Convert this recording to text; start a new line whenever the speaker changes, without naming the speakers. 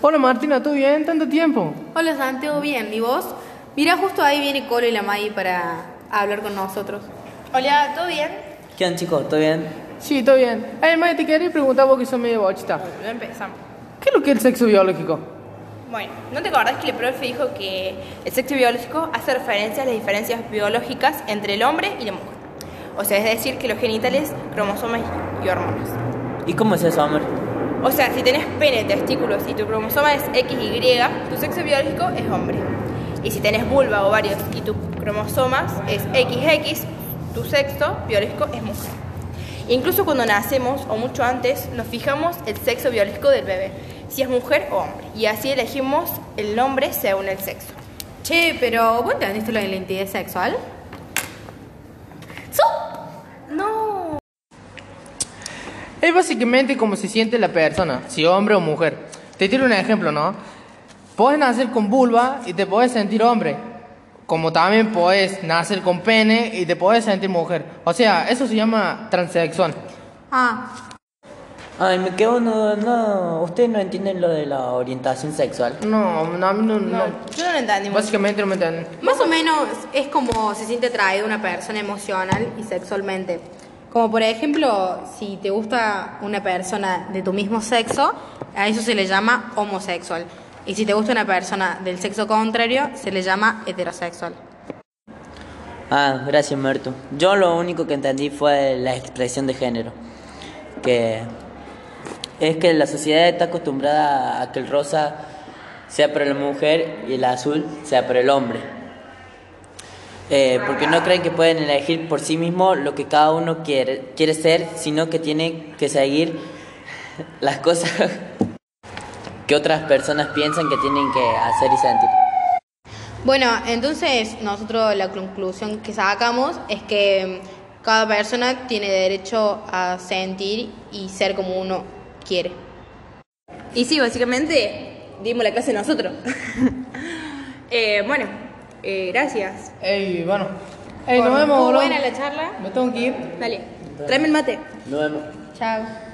Hola Martina, ¿todo bien? ¿Tanto tiempo?
Hola Santiago, bien. ¿Y vos? Mira, justo ahí viene Colo y la Mai para hablar con nosotros.
Hola, ¿todo bien?
¿Qué onda, chicos? ¿Todo bien?
Sí, todo bien. Eh, May, te quería preguntar vos que sos medio bochita.
Bueno, empezamos.
¿Qué es lo que es el sexo biológico?
Bueno, ¿no te acordás que el profe dijo que el sexo biológico hace referencia a las diferencias biológicas entre el hombre y la mujer? O sea, es decir, que los genitales, cromosomas y hormonas.
¿Y cómo es eso, amor?
O sea, si tenés pene, testículos y tu cromosoma es XY, tu sexo biológico es hombre. Y si tenés vulva, ovarios y tus cromosomas es XX, tu sexo biológico es mujer. Incluso cuando nacemos o mucho antes, nos fijamos el sexo biológico del bebé, si es mujer o hombre. Y así elegimos el nombre según el sexo.
Che, pero ¿vos entendiste lo de la identidad sexual?
No.
Es básicamente como se siente la persona, si hombre o mujer. Te tiro un ejemplo, ¿no? Podés nacer con vulva y te podés sentir hombre. Como también podés nacer con pene y te podés sentir mujer. O sea, eso se llama transexual.
Ah,
Ay, me quedo no, no, ustedes no entienden lo de la orientación sexual.
No, no, a mí no, no.
No, yo no lo entendí. mucho.
Básicamente no me entienden.
más o menos es como se siente atraída una persona emocional y sexualmente. Como por ejemplo, si te gusta una persona de tu mismo sexo, a eso se le llama homosexual. Y si te gusta una persona del sexo contrario, se le llama heterosexual.
Ah, gracias, Mertu. Yo lo único que entendí fue la expresión de género. Que es que la sociedad está acostumbrada a que el rosa sea para la mujer y el azul sea para el hombre. Eh, porque no creen que pueden elegir por sí mismo lo que cada uno quiere, quiere ser, sino que tiene que seguir las cosas que otras personas piensan que tienen que hacer y sentir.
Bueno, entonces nosotros la conclusión que sacamos es que mm, cada persona tiene derecho a sentir y ser como uno quiere.
Y sí, básicamente dimos la clase nosotros. Eh, bueno, eh, gracias.
Ey, bueno. Ey, nos
Estuvo
vemos, boludo.
buena la charla.
Me tengo que ir.
Dale, tráeme el mate.
Nos vemos.
Chao.